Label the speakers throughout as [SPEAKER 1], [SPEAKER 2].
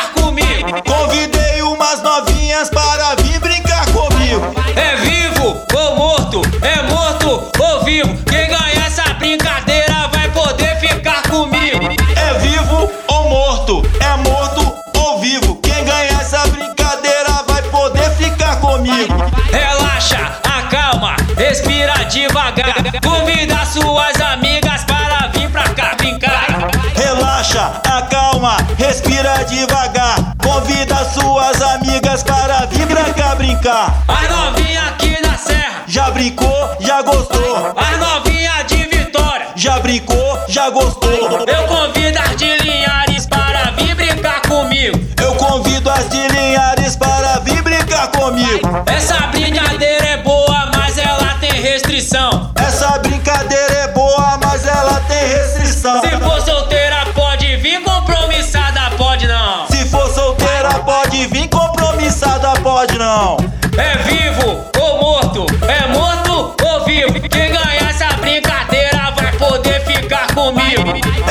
[SPEAKER 1] É
[SPEAKER 2] É
[SPEAKER 1] devagar. Convida suas amigas para vir pra cá brincar.
[SPEAKER 2] Relaxa, acalma, respira devagar. Convida suas amigas para vir pra cá brincar.
[SPEAKER 1] As novinha aqui da serra,
[SPEAKER 2] Já brincou, já gostou.
[SPEAKER 1] as novinha de Vitória.
[SPEAKER 2] Já brincou, já gostou.
[SPEAKER 1] Eu convido as de Linhares para vir brincar comigo.
[SPEAKER 2] Eu convido as de Linhares para vir brincar comigo.
[SPEAKER 1] Essa brincadeira é boa, mas ela tem restrição.
[SPEAKER 2] Essa brincadeira é boa, mas ela tem restrição.
[SPEAKER 1] Se for solteira, pode vir, compromissada, pode não.
[SPEAKER 2] Se for solteira, pode vir compromissada, pode não.
[SPEAKER 1] É vivo ou morto, é morto ou vivo. Quem ganhar essa brincadeira vai poder ficar comigo.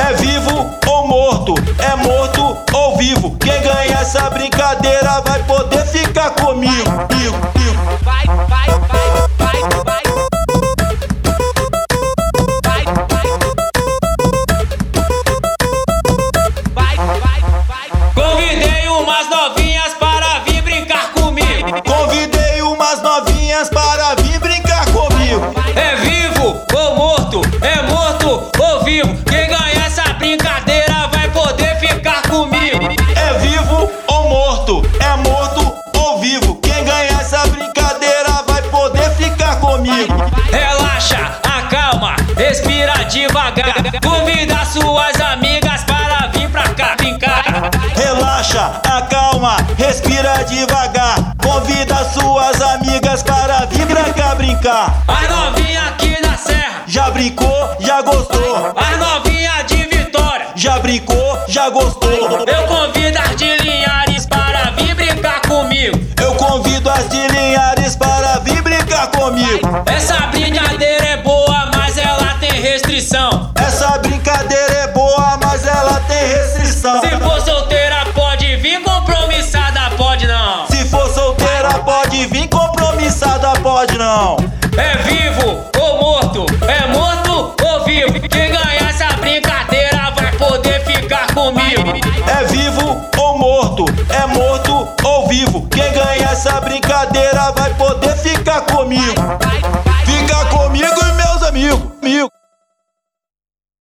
[SPEAKER 2] É vivo ou morto, é morto ou vivo. Quem ganha essa brincadeira vai poder ficar comigo. comigo, comigo.
[SPEAKER 3] Vai, vai, vai, vai, vai. Vai, vai. Vai, vai, vai.
[SPEAKER 1] Convidei umas novinhas para vir brincar comigo.
[SPEAKER 2] Convidei umas novinhas para vir brincar comigo.
[SPEAKER 1] É vivo ou morto, é morto ou vivo. Quem ganhar essa brincadeira vai poder ficar comigo.
[SPEAKER 2] É vivo ou morto, é morto ou vivo. Quem ganha essa brincadeira vai poder ficar comigo.
[SPEAKER 1] Relaxa, acalma, respira devagar. Convida suas amigas para vir pra cá brincar.
[SPEAKER 2] Relaxa, acalma, respira devagar. Convida suas amigas para vir pra cá brincar.
[SPEAKER 1] As novinha aqui da serra,
[SPEAKER 2] Já brincou, já gostou.
[SPEAKER 1] as novinha de Vitória.
[SPEAKER 2] Já brincou, já gostou.
[SPEAKER 1] Eu convido as de Linhares para vir brincar comigo.
[SPEAKER 2] Eu convido as de Linhares para vir brincar comigo.
[SPEAKER 1] Essa brincadeira é boa, mas ela tem restrição.
[SPEAKER 2] Essa brincadeira é boa, mas ela tem restrição.
[SPEAKER 1] Se for solteira, pode vir, compromissada, pode não.
[SPEAKER 2] Se for solteira, pode vir compromissada, pode não.
[SPEAKER 1] É vivo ou morto, é morto ou vivo. Quem ganhar essa brincadeira vai poder ficar comigo.
[SPEAKER 2] É vivo ou morto, é morto ou vivo. Quem ganha essa brincadeira vai poder ficar comigo.